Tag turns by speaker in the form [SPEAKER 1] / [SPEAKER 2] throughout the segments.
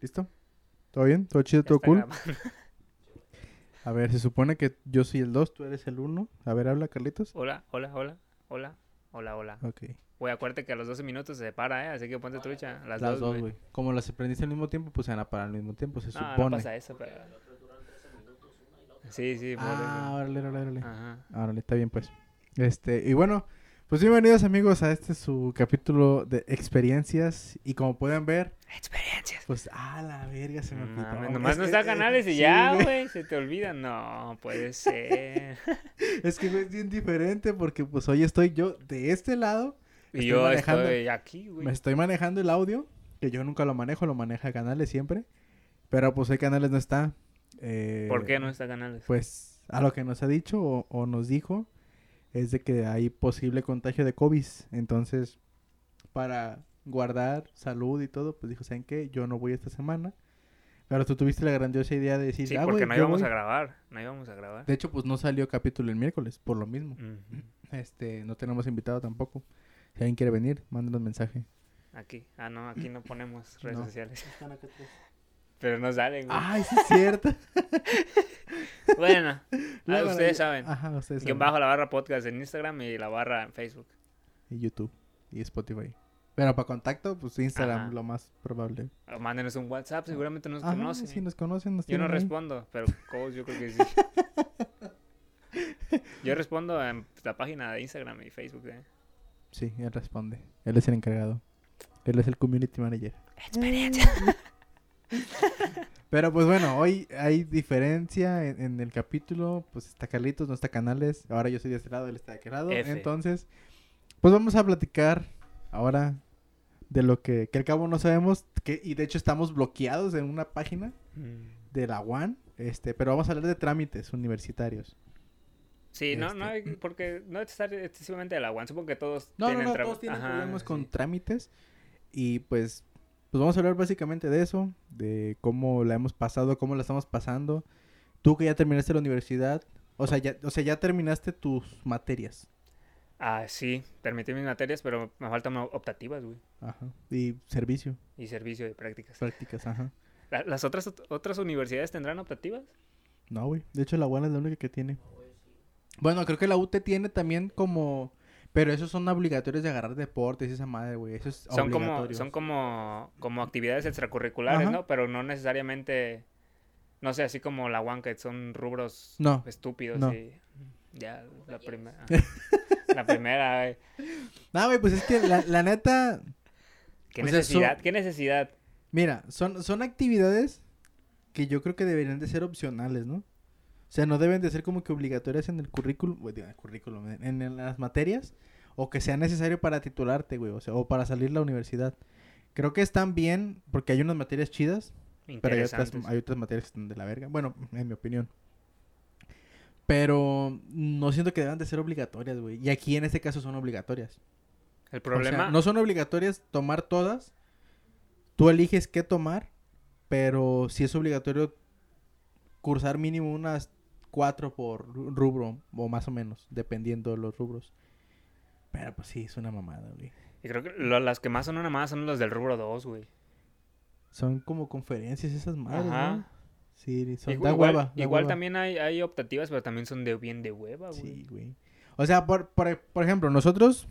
[SPEAKER 1] ¿Listo? ¿Todo bien? ¿Todo chido?
[SPEAKER 2] Ya
[SPEAKER 1] ¿Todo
[SPEAKER 2] está
[SPEAKER 1] cool?
[SPEAKER 2] grabando.
[SPEAKER 1] A ver, se supone que yo soy el 2, tú eres el 1. A ver, habla, Carlitos.
[SPEAKER 2] Hola, hola, hola, hola, hola, hola.
[SPEAKER 1] Ok.
[SPEAKER 2] Güey, acuérdate que a los 12 minutos se para, ¿eh? Así que ponte trucha. Las,
[SPEAKER 1] Las
[SPEAKER 2] dos,
[SPEAKER 1] dos, güey. Como las aprendiste al mismo tiempo, pues se van a parar al mismo tiempo, se
[SPEAKER 2] No, no
[SPEAKER 1] supone.
[SPEAKER 2] pasa eso, pero... Sí, sí, por
[SPEAKER 1] ah, órale, órale, órale.
[SPEAKER 2] eso. Ajá.
[SPEAKER 1] Órale, está bien, pues. Este, y bueno, pues bienvenidos, amigos, a este su capítulo de experiencias. Y como pueden ver,
[SPEAKER 2] Experiencias.
[SPEAKER 1] pues, ah, la verga se me
[SPEAKER 2] No
[SPEAKER 1] olvidó.
[SPEAKER 2] mames,
[SPEAKER 1] Es
[SPEAKER 2] nomás
[SPEAKER 1] que-
[SPEAKER 2] nos da
[SPEAKER 1] eh,
[SPEAKER 2] canales y
[SPEAKER 1] sí,
[SPEAKER 2] ya,
[SPEAKER 1] güey.
[SPEAKER 2] güey, se te olvida. No, puede ser.
[SPEAKER 1] Es que güey, es bien diferente porque, pues, hoy estoy yo de este lado
[SPEAKER 2] y
[SPEAKER 1] Estoy
[SPEAKER 2] yo
[SPEAKER 1] manejando.
[SPEAKER 2] estoy aquí, güey.
[SPEAKER 1] Me estoy manejando el audio, que yo nunca lo manejo, lo maneja Canales siempre. Pero pues hoy Canales no está. eh,
[SPEAKER 2] ¿Por qué no está canales?
[SPEAKER 1] Pues a lo que nos ha dicho o, o nos dijo es de que hay posible contagio de COVID. Entonces, para guardar salud y todo, pues dijo, ¿saben qué? Yo no voy esta semana. Pero tú tuviste la grandiosa idea de decir,
[SPEAKER 2] Sí,
[SPEAKER 1] "Ah,
[SPEAKER 2] porque
[SPEAKER 1] güey,
[SPEAKER 2] no
[SPEAKER 1] yo
[SPEAKER 2] íbamos
[SPEAKER 1] voy".
[SPEAKER 2] a grabar. No íbamos a grabar.
[SPEAKER 1] De hecho, pues no salió capítulo el miércoles, por lo mismo.
[SPEAKER 2] Ujú.
[SPEAKER 1] Este, no tenemos invitado tampoco. Si alguien quiere venir, mándanos mensaje.
[SPEAKER 2] Aquí. Ah, no, aquí no ponemos redes
[SPEAKER 1] No. Ah.
[SPEAKER 2] sociales. Pero no salen, güey.
[SPEAKER 1] Ay, sí es cierto.
[SPEAKER 2] Bueno,
[SPEAKER 1] La
[SPEAKER 2] ah,
[SPEAKER 1] maravilla.
[SPEAKER 2] ustedes saben.
[SPEAKER 1] Ajá, ustedes
[SPEAKER 2] Guión
[SPEAKER 1] saben.
[SPEAKER 2] bajo la barra podcast en Instagram y la barra en Facebook.
[SPEAKER 1] Y YouTube. Y Spotify. Pero para contacto, pues Instagram,
[SPEAKER 2] Ajá.
[SPEAKER 1] lo más probable.
[SPEAKER 2] O mándenos un WhatsApp, seguramente nos
[SPEAKER 1] Ajá,
[SPEAKER 2] conocen.
[SPEAKER 1] Si Ah. nos conocen, nos
[SPEAKER 2] yo no
[SPEAKER 1] tienen ahí.
[SPEAKER 2] respondo, pero Cobos yo creo que sí. yo respondo en la página de Instagram y Facebook. ¿eh?
[SPEAKER 1] Sí, él responde. Él es el encargado. Él es el community manager.
[SPEAKER 2] Experiencia.
[SPEAKER 1] Pero pues bueno, hoy hay diferencia en, en el capítulo. Pues está Carlitos, no está Canales. Ahora yo soy de este lado, él está de aquel lado.
[SPEAKER 2] F.
[SPEAKER 1] Entonces, pues vamos a platicar ahora de lo que, que al cabo no sabemos. Que, y de hecho estamos bloqueados en una página. de la UAN, este, pero vamos a hablar de trámites universitarios.
[SPEAKER 2] Sí, no, no,
[SPEAKER 1] Este.
[SPEAKER 2] hay- porque no es estar excesivamente de la UAN. Supongo que todos
[SPEAKER 1] No, no,
[SPEAKER 2] tienen
[SPEAKER 1] no,
[SPEAKER 2] tra-
[SPEAKER 1] todos tienen
[SPEAKER 2] Ajá,
[SPEAKER 1] problemas con
[SPEAKER 2] sí.
[SPEAKER 1] trámites y pues, pues vamos a hablar básicamente de eso, de cómo la hemos pasado, cómo la estamos pasando. Tú que ya terminaste la universidad, o sea, ya, o sea, ya terminaste tus materias.
[SPEAKER 2] Ah, sí, permití mis materias, pero me faltan optativas, güey.
[SPEAKER 1] Ajá. Y servicio,
[SPEAKER 2] Y servicio de prácticas.
[SPEAKER 1] prácticas, ajá.
[SPEAKER 2] ¿La- ¿Las otras otras universidades tendrán optativas?
[SPEAKER 1] No, güey. De hecho, la UAN es la única que tiene. Bueno, creo que la UT tiene también como... Pero esos son obligatorios de agarrar deportes y esa madre, güey. Eso es
[SPEAKER 2] Son como,
[SPEAKER 1] obligatorio.
[SPEAKER 2] son como, como actividades extracurriculares,
[SPEAKER 1] Ajá.
[SPEAKER 2] ¿no? Pero no necesariamente, no sé, así como la One, que son rubros
[SPEAKER 1] No.
[SPEAKER 2] estúpidos
[SPEAKER 1] No.
[SPEAKER 2] y ya la primera. la primera, güey.
[SPEAKER 1] No, güey, pues es que la, la neta,
[SPEAKER 2] ¿Qué
[SPEAKER 1] O sea, son-
[SPEAKER 2] necesidad? ¿Qué necesidad?
[SPEAKER 1] mira, son, son actividades que yo creo que deberían de ser opcionales, ¿no? O sea, no deben de ser como que obligatorias en el currículum, güey, digo, en el currículum, en, en- en las materias, o que sea necesario para titularte, güey, o sea, o para salir de la universidad. Creo que están bien, porque hay unas materias chidas, pero hay otras,
[SPEAKER 2] Interesantes.
[SPEAKER 1] hay otras materias que están de la verga. Bueno, en mi opinión. Pero no siento que deban de ser obligatorias, güey. Y aquí en este caso son obligatorias.
[SPEAKER 2] El
[SPEAKER 1] O sea,
[SPEAKER 2] problema,
[SPEAKER 1] no son obligatorias tomar todas. Tú eliges qué tomar, pero si es obligatorio cursar mínimo unas cuatro por ru- rubro, o más o menos, dependiendo de los rubros. Pero pues sí, es una mamada, güey.
[SPEAKER 2] y creo que lo- las que más son una más son los del rubro 2, güey.
[SPEAKER 1] Son como conferencias esas madres, ¿no?
[SPEAKER 2] Ajá.
[SPEAKER 1] Sí, son,
[SPEAKER 2] Igu-
[SPEAKER 1] da
[SPEAKER 2] igual
[SPEAKER 1] hueva, da
[SPEAKER 2] igual
[SPEAKER 1] hueva.
[SPEAKER 2] también hay, hay optativas, pero también son de bien de hueva, güey.
[SPEAKER 1] Sí, güey. O sea, por, por, por ejemplo, nosotros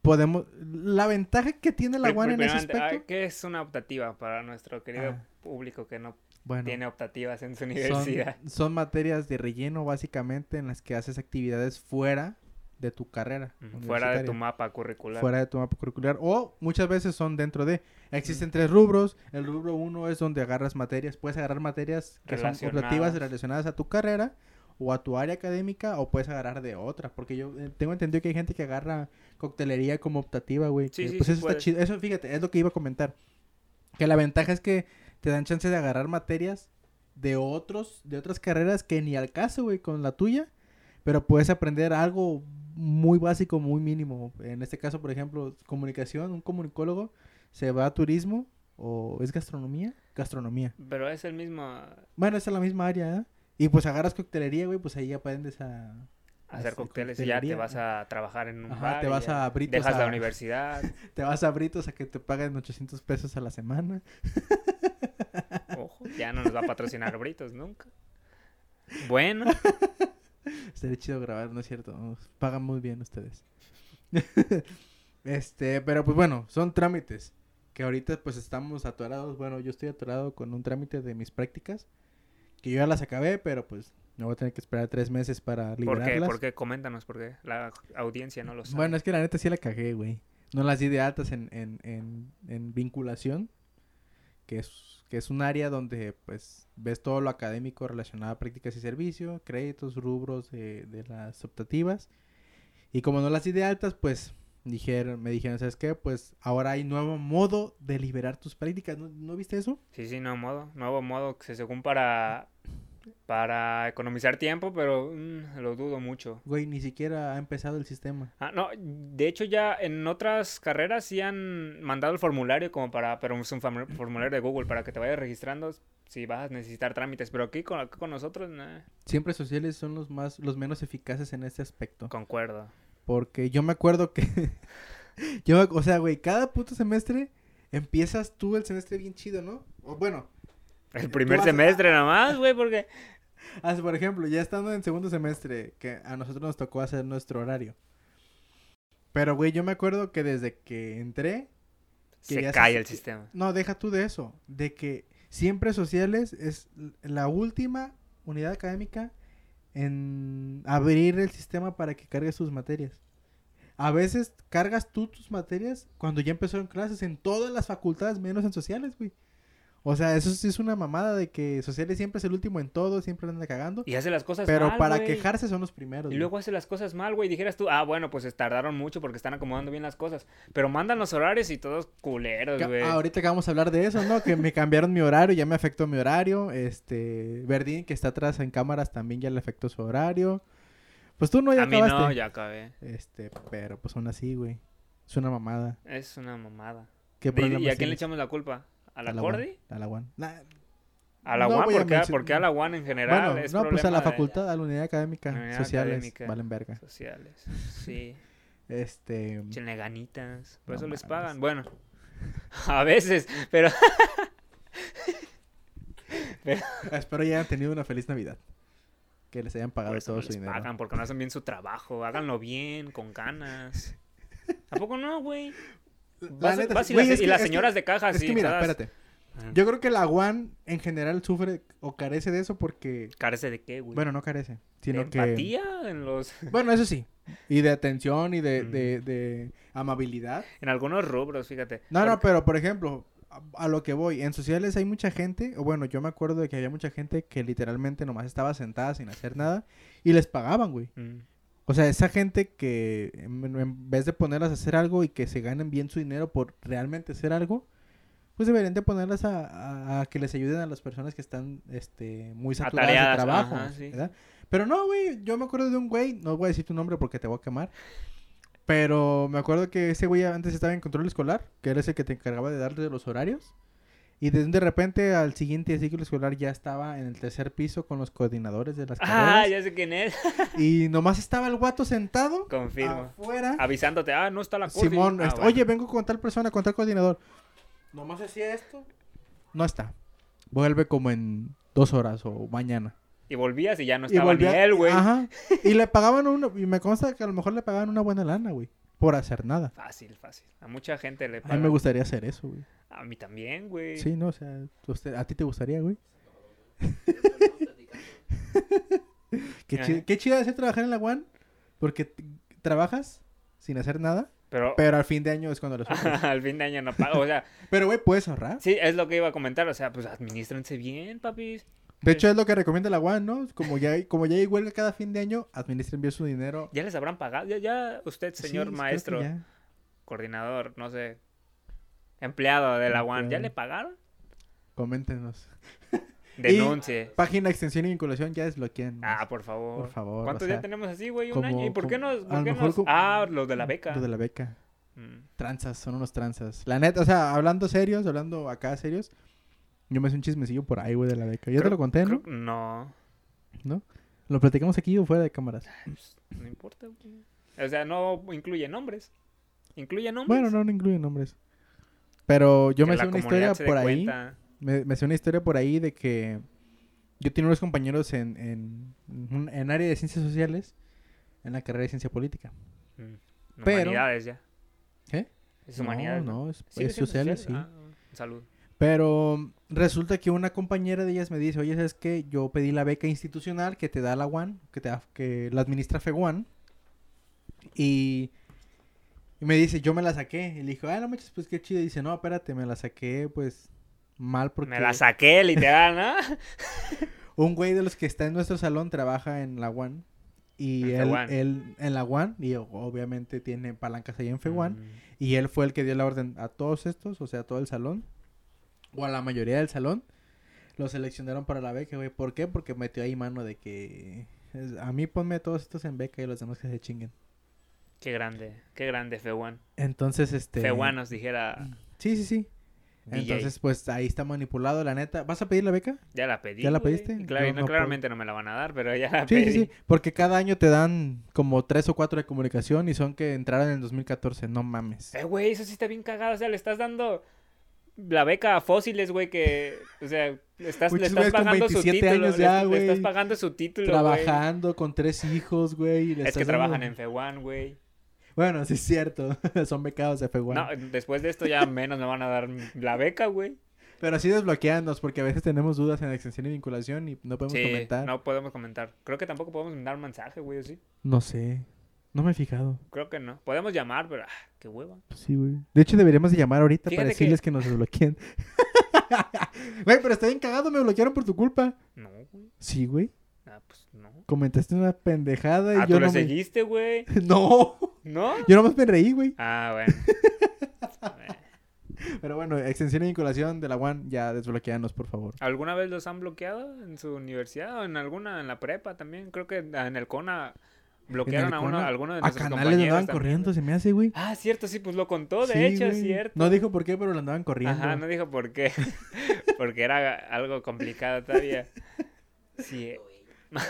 [SPEAKER 1] podemos... La ventaja que tiene la
[SPEAKER 2] Pri-
[SPEAKER 1] UAN en ese
[SPEAKER 2] primeramente, ay,
[SPEAKER 1] aspecto...
[SPEAKER 2] ¿Qué es una optativa para nuestro querido
[SPEAKER 1] Ah.
[SPEAKER 2] público que no
[SPEAKER 1] Bueno,
[SPEAKER 2] tiene optativas en su
[SPEAKER 1] son,
[SPEAKER 2] universidad?
[SPEAKER 1] son materias de relleno básicamente en las que haces actividades fuera de tu carrera.
[SPEAKER 2] Mm, Fuera de
[SPEAKER 1] universitaria,
[SPEAKER 2] tu mapa curricular.
[SPEAKER 1] fuera de tu mapa curricular o muchas veces son dentro de. Existen tres rubros. El rubro uno es donde agarras materias, puedes agarrar materias que son optativas
[SPEAKER 2] Relacionadas.
[SPEAKER 1] relacionadas a tu carrera o a tu área académica o puedes agarrar de otras, porque yo eh, tengo entendido que hay gente que agarra coctelería como optativa, güey.
[SPEAKER 2] Sí,
[SPEAKER 1] que,
[SPEAKER 2] sí,
[SPEAKER 1] pues
[SPEAKER 2] sí
[SPEAKER 1] eso está
[SPEAKER 2] puedes.
[SPEAKER 1] chido. Eso fíjate, es lo que iba a comentar. Que la ventaja es que te dan chance de agarrar materias de otros, de otras carreras que ni al caso, güey, con la tuya, pero puedes aprender algo muy básico, muy mínimo. En este caso, por ejemplo, comunicación, un comunicólogo se va a turismo o es gastronomía, gastronomía.
[SPEAKER 2] Pero es el mismo.
[SPEAKER 1] Bueno, esa es la misma área, ¿eh? Y pues agarras coctelería, güey, pues ahí aprendes a
[SPEAKER 2] hacer
[SPEAKER 1] Hacer
[SPEAKER 2] cócteles y ya te
[SPEAKER 1] coctelería,
[SPEAKER 2] vas a trabajar en un
[SPEAKER 1] Ajá,
[SPEAKER 2] bar.
[SPEAKER 1] te
[SPEAKER 2] y
[SPEAKER 1] vas
[SPEAKER 2] ya
[SPEAKER 1] a Britos
[SPEAKER 2] Dejas
[SPEAKER 1] a-
[SPEAKER 2] la universidad.
[SPEAKER 1] Te vas a Britos a que te paguen 800 pesos a la semana.
[SPEAKER 2] Ojo, ya no nos va a patrocinar Britos nunca. Bueno,
[SPEAKER 1] Estaría chido grabar, ¿no es cierto? Nos pagan muy bien ustedes. este, pero pues bueno, son trámites. Que ahorita pues estamos atorados. Bueno, yo estoy atorado con un trámite de mis prácticas. Que yo ya las acabé, pero pues me voy a tener que esperar tres meses para
[SPEAKER 2] ¿por qué?
[SPEAKER 1] liberarlas.
[SPEAKER 2] ¿Por qué? Coméntanos, porque la audiencia no lo sabe.
[SPEAKER 1] Bueno, es que la neta sí la cagué, güey. No las di de altas en, en, en, en vinculación, que es, que es un área donde, pues, ves todo lo académico relacionado a prácticas y servicio, créditos, rubros de, de las optativas. Y como no las di de altas, pues, dijeron, me dijeron, ¿sabes qué? Pues, ahora hay nuevo modo de liberar tus prácticas. ¿No, no viste eso?
[SPEAKER 2] Sí, sí, nuevo modo. Nuevo modo que se según para, para economizar tiempo, pero mm, lo dudo mucho.
[SPEAKER 1] Güey, ni siquiera ha empezado el sistema.
[SPEAKER 2] Ah, no, de hecho ya en otras carreras sí han mandado el formulario como para, pero es un formu- formulario de Google para que te vayas registrando si vas a necesitar trámites, pero aquí con, aquí con nosotros, nah,
[SPEAKER 1] Siempre sociales son los más, los menos eficaces en este aspecto.
[SPEAKER 2] concuerdo.
[SPEAKER 1] Porque yo me acuerdo que. yo me ac- o sea, güey, cada puto semestre empiezas tú el semestre bien chido, ¿no? O bueno,
[SPEAKER 2] El
[SPEAKER 1] Tú
[SPEAKER 2] primer
[SPEAKER 1] vas a-
[SPEAKER 2] semestre nada más, güey, porque...
[SPEAKER 1] haz- por ejemplo, ya estando en segundo semestre, que a nosotros nos tocó hacer nuestro horario. Pero, güey, yo me acuerdo que desde que entré. que
[SPEAKER 2] Se
[SPEAKER 1] ya
[SPEAKER 2] cae
[SPEAKER 1] se-
[SPEAKER 2] el sistema.
[SPEAKER 1] No, deja tú de eso. De que siempre sociales es l- la última unidad académica en abrir el sistema para que cargues tus materias. A veces cargas tú tus materias cuando ya empezaron clases en todas las facultades, menos en sociales, güey. O sea, eso sí es una mamada de que sociales siempre es el último en todo, siempre anda cagando.
[SPEAKER 2] Y hace las cosas
[SPEAKER 1] Pero
[SPEAKER 2] mal,
[SPEAKER 1] para
[SPEAKER 2] güey.
[SPEAKER 1] quejarse son los primeros.
[SPEAKER 2] Y luego hace las cosas mal, güey. Dijeras tú, ah, bueno, pues se tardaron mucho porque están acomodando bien las cosas. Pero mandan los horarios y todos culeros,
[SPEAKER 1] Ca-
[SPEAKER 2] güey.
[SPEAKER 1] Ahorita que vamos a hablar de eso, ¿no? Que me cambiaron mi horario, ya me afectó mi horario. Este, Verdín, que está atrás en cámaras, también ya le afectó su horario. Pues tú no ya
[SPEAKER 2] A mí
[SPEAKER 1] acabaste.
[SPEAKER 2] no, ya acabé.
[SPEAKER 1] Este, pero pues aún así, güey. Es una mamada.
[SPEAKER 2] Es una mamada.
[SPEAKER 1] ¿Qué
[SPEAKER 2] Di- di- ¿Y a
[SPEAKER 1] problemas
[SPEAKER 2] quién le
[SPEAKER 1] tienes?
[SPEAKER 2] echamos la culpa? ¿A
[SPEAKER 1] A
[SPEAKER 2] la,
[SPEAKER 1] la
[SPEAKER 2] Cordi?
[SPEAKER 1] UAN, A la UAN. Nah,
[SPEAKER 2] A la
[SPEAKER 1] No
[SPEAKER 2] UAN,
[SPEAKER 1] voy a
[SPEAKER 2] porque,
[SPEAKER 1] mencio-
[SPEAKER 2] porque a la UAN en general
[SPEAKER 1] bueno,
[SPEAKER 2] es
[SPEAKER 1] no, pues a
[SPEAKER 2] problema
[SPEAKER 1] la
[SPEAKER 2] de
[SPEAKER 1] facultad, a la unidad académica,
[SPEAKER 2] Unidad
[SPEAKER 1] sociales,
[SPEAKER 2] académica.
[SPEAKER 1] valen verga.
[SPEAKER 2] Sociales, sí.
[SPEAKER 1] Este,
[SPEAKER 2] Échenle ganitas. Por
[SPEAKER 1] No
[SPEAKER 2] eso les
[SPEAKER 1] mames.
[SPEAKER 2] pagan. Bueno, a veces, pero
[SPEAKER 1] espero ya hayan tenido una feliz Navidad. Que les hayan
[SPEAKER 2] por
[SPEAKER 1] pagado
[SPEAKER 2] eso
[SPEAKER 1] todo
[SPEAKER 2] no
[SPEAKER 1] su
[SPEAKER 2] les
[SPEAKER 1] dinero.
[SPEAKER 2] pagan, porque no hacen bien su trabajo. Háganlo bien, con ganas. ¿A poco no, güey? Vas-
[SPEAKER 1] neta,
[SPEAKER 2] vas y
[SPEAKER 1] güey,
[SPEAKER 2] las-
[SPEAKER 1] es
[SPEAKER 2] y
[SPEAKER 1] que-
[SPEAKER 2] las
[SPEAKER 1] es que-
[SPEAKER 2] señoras de caja,
[SPEAKER 1] Es
[SPEAKER 2] sí.
[SPEAKER 1] que mira,
[SPEAKER 2] todas- ah,
[SPEAKER 1] espérate.
[SPEAKER 2] Ajá.
[SPEAKER 1] Yo creo que la WAN en general sufre o carece de eso porque,
[SPEAKER 2] ¿Carece de qué, güey?
[SPEAKER 1] bueno, no carece,
[SPEAKER 2] ¿De
[SPEAKER 1] sino que...
[SPEAKER 2] empatía en los...
[SPEAKER 1] Bueno, eso sí. Y de atención y de,
[SPEAKER 2] Ujú.
[SPEAKER 1] de- de amabilidad.
[SPEAKER 2] En algunos rubros, fíjate.
[SPEAKER 1] No, no,
[SPEAKER 2] Porque-
[SPEAKER 1] pero por ejemplo, a, a lo que voy, en sociales hay mucha gente, o bueno, yo me acuerdo de que había mucha gente que literalmente nomás estaba sentada sin hacer nada y les pagaban, güey.
[SPEAKER 2] Mm.
[SPEAKER 1] O sea, esa gente que en, en vez de ponerlas a hacer algo y que se ganen bien su dinero por realmente hacer algo, pues deberían de ponerlas a, a- a que les ayuden a las personas que están este, muy saturadas
[SPEAKER 2] Atareadas,
[SPEAKER 1] de trabajo.
[SPEAKER 2] ajá, sí.
[SPEAKER 1] ¿verdad? Pero no, güey, yo me acuerdo de un güey, no voy a decir tu nombre porque te voy a quemar, pero me acuerdo que ese güey antes estaba en control escolar, que era ese que te encargaba de darle los horarios. Y de, de repente al siguiente ciclo escolar ya estaba en el tercer piso con los coordinadores de las
[SPEAKER 2] Ah,
[SPEAKER 1] carreras.
[SPEAKER 2] ya sé quién es.
[SPEAKER 1] Y nomás estaba el guato sentado
[SPEAKER 2] Confirmo.
[SPEAKER 1] afuera.
[SPEAKER 2] Avisándote, ah, no está la Cordi.
[SPEAKER 1] Simón,
[SPEAKER 2] Ah,
[SPEAKER 1] este,
[SPEAKER 2] bueno.
[SPEAKER 1] oye, vengo con tal persona, con tal coordinador. Nomás hacía esto. No está. Vuelve como en dos horas o mañana.
[SPEAKER 2] Y volvías y ya no
[SPEAKER 1] y
[SPEAKER 2] estaba
[SPEAKER 1] volvió
[SPEAKER 2] ni él, güey.
[SPEAKER 1] Ajá. Y le pagaban una. Y me consta que a lo mejor le pagaban una buena lana, güey. Por hacer nada.
[SPEAKER 2] Fácil, fácil. A mucha gente le
[SPEAKER 1] A
[SPEAKER 2] pagan.
[SPEAKER 1] mí me gustaría hacer eso, güey.
[SPEAKER 2] A mí también, güey.
[SPEAKER 1] Sí, no, o sea, usted- a ti te gustaría, güey. qué,
[SPEAKER 2] Ajá.
[SPEAKER 1] chido, qué chido de ser trabajar en la WAN. Porque t- trabajas sin hacer nada.
[SPEAKER 2] Pero,
[SPEAKER 1] Pero al fin de año es cuando lo sueltas.
[SPEAKER 2] al fin de año no pago. O sea,
[SPEAKER 1] Pero, güey, puedes ahorrar.
[SPEAKER 2] sí, es lo que iba a comentar. O sea, pues administrense bien, papis.
[SPEAKER 1] De hecho, es lo que recomienda la UAN, ¿no? Como ya, hay- como ya hay huelga cada fin de año, administren bien su dinero.
[SPEAKER 2] Ya les habrán pagado. Ya, ya usted,
[SPEAKER 1] Sí,
[SPEAKER 2] señor
[SPEAKER 1] creo que
[SPEAKER 2] maestro,
[SPEAKER 1] ya.
[SPEAKER 2] coordinador, no sé, empleado de la UAN, ¿ya
[SPEAKER 1] Empleado.
[SPEAKER 2] le pagaron?
[SPEAKER 1] Coméntenos.
[SPEAKER 2] Denuncie.
[SPEAKER 1] Página extensión y vinculación ya desbloquean.
[SPEAKER 2] Ah, por favor.
[SPEAKER 1] por favor.
[SPEAKER 2] ¿Cuántos
[SPEAKER 1] o sea,
[SPEAKER 2] ya tenemos así, güey? Un
[SPEAKER 1] como-
[SPEAKER 2] año. ¿Y por qué
[SPEAKER 1] como-
[SPEAKER 2] nos.?
[SPEAKER 1] a
[SPEAKER 2] Por
[SPEAKER 1] lo
[SPEAKER 2] qué
[SPEAKER 1] mejor
[SPEAKER 2] nos-
[SPEAKER 1] como-
[SPEAKER 2] Ah, los de la beca.
[SPEAKER 1] Lo de la beca.
[SPEAKER 2] Mm.
[SPEAKER 1] Tranzas, son unos tranzas. La neta, o sea, hablando serios, hablando acá serios, yo me hice un chismecillo por ahí, güey, de la beca. Yo
[SPEAKER 2] Creo-
[SPEAKER 1] te lo conté, ¿no?
[SPEAKER 2] creo- No.
[SPEAKER 1] ¿No? ¿Lo platicamos aquí o fuera de cámaras?
[SPEAKER 2] Pues, no importa, güey. O sea, no incluye nombres. Incluye nombres.
[SPEAKER 1] Bueno, no, no incluye nombres. Pero yo
[SPEAKER 2] Que
[SPEAKER 1] me
[SPEAKER 2] la
[SPEAKER 1] sé una
[SPEAKER 2] comunidad
[SPEAKER 1] historia
[SPEAKER 2] se dé
[SPEAKER 1] por ahí.
[SPEAKER 2] cuenta.
[SPEAKER 1] Me, me sé una historia por ahí de que yo tenía unos compañeros en, en, un- en área de ciencias sociales, en la carrera de ciencia política.
[SPEAKER 2] Mm,
[SPEAKER 1] Pero-
[SPEAKER 2] Humanidades ya.
[SPEAKER 1] ¿eh?
[SPEAKER 2] Es humanidades.
[SPEAKER 1] No, no, es,
[SPEAKER 2] ¿Sigue
[SPEAKER 1] es
[SPEAKER 2] siendo
[SPEAKER 1] sociales, sí.
[SPEAKER 2] social? Ah, un saludo.
[SPEAKER 1] Pero resulta que una compañera de ellas me dice, oye, ¿sabes qué? Yo pedí la beca institucional que te da la UAN, que, te da- que la administra E FEGUAN. Y, y me dice, yo me la saqué. Y le dijo, ah, no manches, pues qué chido. Y dice, no, espérate, me la saqué, pues, mal porque...
[SPEAKER 2] Me la saqué, literal, ¿no?
[SPEAKER 1] Un güey de los que está en nuestro salón trabaja en la UAN. Y él,
[SPEAKER 2] En Feguan.
[SPEAKER 1] él en la UAN, y obviamente tiene palancas ahí en FEGUAN.
[SPEAKER 2] Mm,
[SPEAKER 1] Y él fue el que dio la orden a todos estos, o sea, a todo el salón, o a la mayoría del salón. Lo seleccionaron para la beca, güey. ¿Por qué? Porque metió ahí mano de que... es- A mí ponme a todos estos en beca y a los demás que se chinguen.
[SPEAKER 2] Qué grande, qué grande, Fewan.
[SPEAKER 1] Entonces, este...
[SPEAKER 2] Fewan nos dijera,
[SPEAKER 1] Sí, sí, sí.
[SPEAKER 2] DJ.
[SPEAKER 1] Entonces, pues ahí está manipulado, la neta. ¿Vas a pedir la beca?
[SPEAKER 2] ya la pedí.
[SPEAKER 1] ¿Ya la
[SPEAKER 2] güey".
[SPEAKER 1] pediste?
[SPEAKER 2] Y claro,
[SPEAKER 1] Yo
[SPEAKER 2] y no,
[SPEAKER 1] no puedo.
[SPEAKER 2] claramente no me la van a dar, pero ya la
[SPEAKER 1] Sí,
[SPEAKER 2] pedí.
[SPEAKER 1] sí, sí. Porque cada año te dan como tres o cuatro de comunicación y son que entraron en el 2014. No mames.
[SPEAKER 2] Eh, güey, eso sí está bien cagado. O sea, le estás dando la beca a fósiles, güey, que. O sea, le estás, le
[SPEAKER 1] Muchos
[SPEAKER 2] estás
[SPEAKER 1] güeyes con
[SPEAKER 2] pagando su
[SPEAKER 1] 27
[SPEAKER 2] título.
[SPEAKER 1] años
[SPEAKER 2] le-
[SPEAKER 1] ya,
[SPEAKER 2] le,
[SPEAKER 1] güey.
[SPEAKER 2] estás pagando su título. güey.
[SPEAKER 1] Trabajando con tres hijos, güey. y le
[SPEAKER 2] Es que
[SPEAKER 1] estás dando-
[SPEAKER 2] trabajan en Fewan, güey.
[SPEAKER 1] Bueno, sí es cierto. Son becados de F1.
[SPEAKER 2] No, eh. después de esto ya menos me van a dar la beca, güey.
[SPEAKER 1] Pero sí desbloqueanos, porque a veces tenemos dudas en extensión y vinculación y no podemos
[SPEAKER 2] Sí,
[SPEAKER 1] comentar. No.
[SPEAKER 2] no podemos comentar. Creo que tampoco podemos mandar mensaje, güey, ¿o sí?
[SPEAKER 1] sé. No me he fijado. Pues
[SPEAKER 2] Creo que no. Podemos llamar, pero. ah, qué hueva.
[SPEAKER 1] Sí, güey. De hecho, deberíamos de llamar ahorita
[SPEAKER 2] Fíjate
[SPEAKER 1] para
[SPEAKER 2] que-
[SPEAKER 1] decirles que... nos desbloqueen. güey, pero está bien cagado. Me bloquearon por tu culpa.
[SPEAKER 2] No, güey.
[SPEAKER 1] Sí, güey.
[SPEAKER 2] Ah, pues no.
[SPEAKER 1] Comentaste una pendejada y
[SPEAKER 2] Ah,
[SPEAKER 1] yo
[SPEAKER 2] tú lo
[SPEAKER 1] no me...
[SPEAKER 2] seguiste, güey.
[SPEAKER 1] No.
[SPEAKER 2] ¿No?
[SPEAKER 1] Yo nomás me reí, güey.
[SPEAKER 2] Ah, bueno. Eh,
[SPEAKER 1] Pero bueno, extensión y vinculación de la WAN, ya desbloqueanos, por favor.
[SPEAKER 2] ¿Alguna vez los han bloqueado en su universidad o en alguna, en la prepa también? Creo que en el CONA bloquearon
[SPEAKER 1] En el
[SPEAKER 2] a uno,
[SPEAKER 1] Cona,
[SPEAKER 2] a alguno de
[SPEAKER 1] A
[SPEAKER 2] nuestros
[SPEAKER 1] canales lo
[SPEAKER 2] compañeros.
[SPEAKER 1] andaban
[SPEAKER 2] también.
[SPEAKER 1] corriendo, se me hace, güey.
[SPEAKER 2] Ah, cierto, sí, pues lo contó, de
[SPEAKER 1] Sí,
[SPEAKER 2] hecho, es
[SPEAKER 1] güey.
[SPEAKER 2] cierto.
[SPEAKER 1] No dijo por qué, pero lo andaban corriendo.
[SPEAKER 2] Ajá, no dijo por qué. Porque era algo complicado todavía. Sí, eh,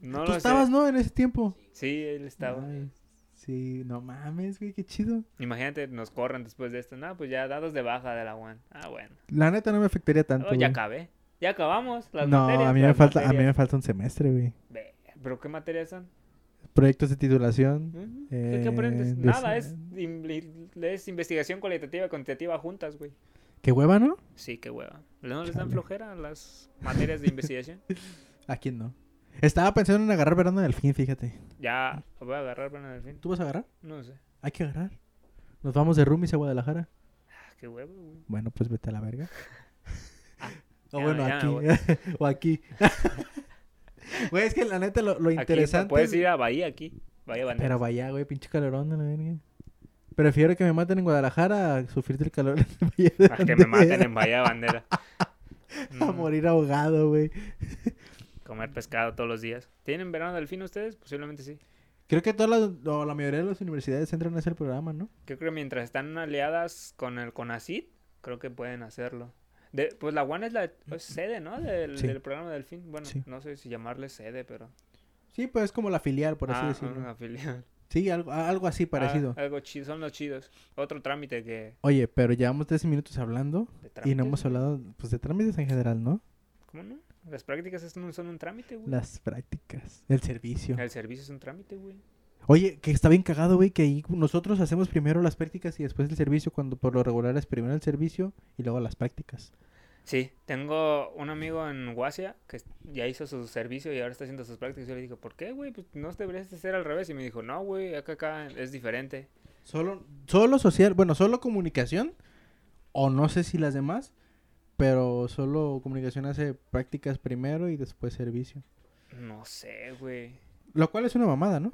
[SPEAKER 2] no
[SPEAKER 1] Tú
[SPEAKER 2] lo
[SPEAKER 1] estabas,
[SPEAKER 2] sé.
[SPEAKER 1] ¿no? En ese tiempo.
[SPEAKER 2] Sí, él estaba.
[SPEAKER 1] Ay, sí, no mames, güey, qué chido.
[SPEAKER 2] Imagínate, nos corren después de esto. No, pues ya dados de baja de la UAN. Ah, bueno.
[SPEAKER 1] La neta no me afectaría tanto.
[SPEAKER 2] Oh, ya
[SPEAKER 1] güey.
[SPEAKER 2] acabé. Ya acabamos las
[SPEAKER 1] no,
[SPEAKER 2] materias.
[SPEAKER 1] a mí me
[SPEAKER 2] las
[SPEAKER 1] falta, a mí me
[SPEAKER 2] materias.
[SPEAKER 1] falta un semestre, güey.
[SPEAKER 2] Ve, ¿Pero qué materias son?
[SPEAKER 1] Proyectos de titulación.
[SPEAKER 2] Ujú. ¿Qué, qué
[SPEAKER 1] Eh,
[SPEAKER 2] aprendes?
[SPEAKER 1] de
[SPEAKER 2] Nada,
[SPEAKER 1] sa-
[SPEAKER 2] es, im- li- es investigación cualitativa y cuantitativa juntas, güey.
[SPEAKER 1] Qué hueva, ¿no?
[SPEAKER 2] Sí, qué hueva. ¿No les dan
[SPEAKER 1] Chale.
[SPEAKER 2] flojera las materias de investigación?
[SPEAKER 1] ¿A quién no? Estaba pensando en agarrar verano del fin, fíjate.
[SPEAKER 2] ya, voy a agarrar, bueno, al fin.
[SPEAKER 1] ¿Tú vas a agarrar?
[SPEAKER 2] No sé.
[SPEAKER 1] Hay que agarrar. Nos vamos de roomies a Guadalajara.
[SPEAKER 2] Ah, qué hueva, güey.
[SPEAKER 1] Bueno, pues vete a la verga. o
[SPEAKER 2] Ah, ya,
[SPEAKER 1] bueno,
[SPEAKER 2] ya me voy.
[SPEAKER 1] aquí. o aquí. Güey, es que la neta lo, lo
[SPEAKER 2] Aquí,
[SPEAKER 1] interesante.
[SPEAKER 2] puedes ir a Bahía aquí. Bahía Bandera.
[SPEAKER 1] Pero vaya, güey, pinche calorón de la verga. Prefiero que me maten en Guadalajara a sufrir del calor en el Valle de
[SPEAKER 2] A que me maten
[SPEAKER 1] Bandera,
[SPEAKER 2] en Bahía Bandera.
[SPEAKER 1] A
[SPEAKER 2] Mm,
[SPEAKER 1] morir ahogado, güey.
[SPEAKER 2] comer pescado todos los días. ¿Tienen verano delfín ustedes? Posiblemente sí.
[SPEAKER 1] Creo que todas las, o la mayoría de las universidades entran a ese programa, ¿no?
[SPEAKER 2] Yo creo que mientras están aliadas con el CONACID, creo que pueden hacerlo. De, pues la UAN es la es sede, ¿no? Del,
[SPEAKER 1] Sí.
[SPEAKER 2] del programa Delfín. Bueno,
[SPEAKER 1] Sí.
[SPEAKER 2] no sé si llamarle sede, pero...
[SPEAKER 1] Sí, pues es como la filial, por así
[SPEAKER 2] Ah,
[SPEAKER 1] decirlo.
[SPEAKER 2] una filial.
[SPEAKER 1] Sí, algo, a- algo así parecido.
[SPEAKER 2] Ah, algo chido, son los chidos. Otro trámite que...
[SPEAKER 1] Oye, pero llevamos 13 minutos hablando y
[SPEAKER 2] de
[SPEAKER 1] no
[SPEAKER 2] trámites,
[SPEAKER 1] hemos
[SPEAKER 2] güey.
[SPEAKER 1] hablado pues de trámites en general, ¿no?
[SPEAKER 2] ¿Cómo no? Las prácticas es un- son un trámite, güey.
[SPEAKER 1] Las prácticas, el servicio.
[SPEAKER 2] El servicio es un trámite, güey.
[SPEAKER 1] Oye, que está bien cagado, güey, que ahí nosotros hacemos primero las prácticas y después el servicio, cuando por lo regular es primero el servicio y luego las prácticas.
[SPEAKER 2] Sí, tengo un amigo en Guasia que es- ya hizo su servicio y ahora está haciendo sus prácticas. Yo le dije, ¿por qué, güey? Pues no deberías de ser al revés. Y me dijo, no, güey, acá, acá es diferente.
[SPEAKER 1] Solo, solo social, bueno, solo comunicación, o no sé si las demás, pero solo comunicación hace prácticas primero y después servicio.
[SPEAKER 2] No sé, güey.
[SPEAKER 1] Lo cual es una mamada, ¿no?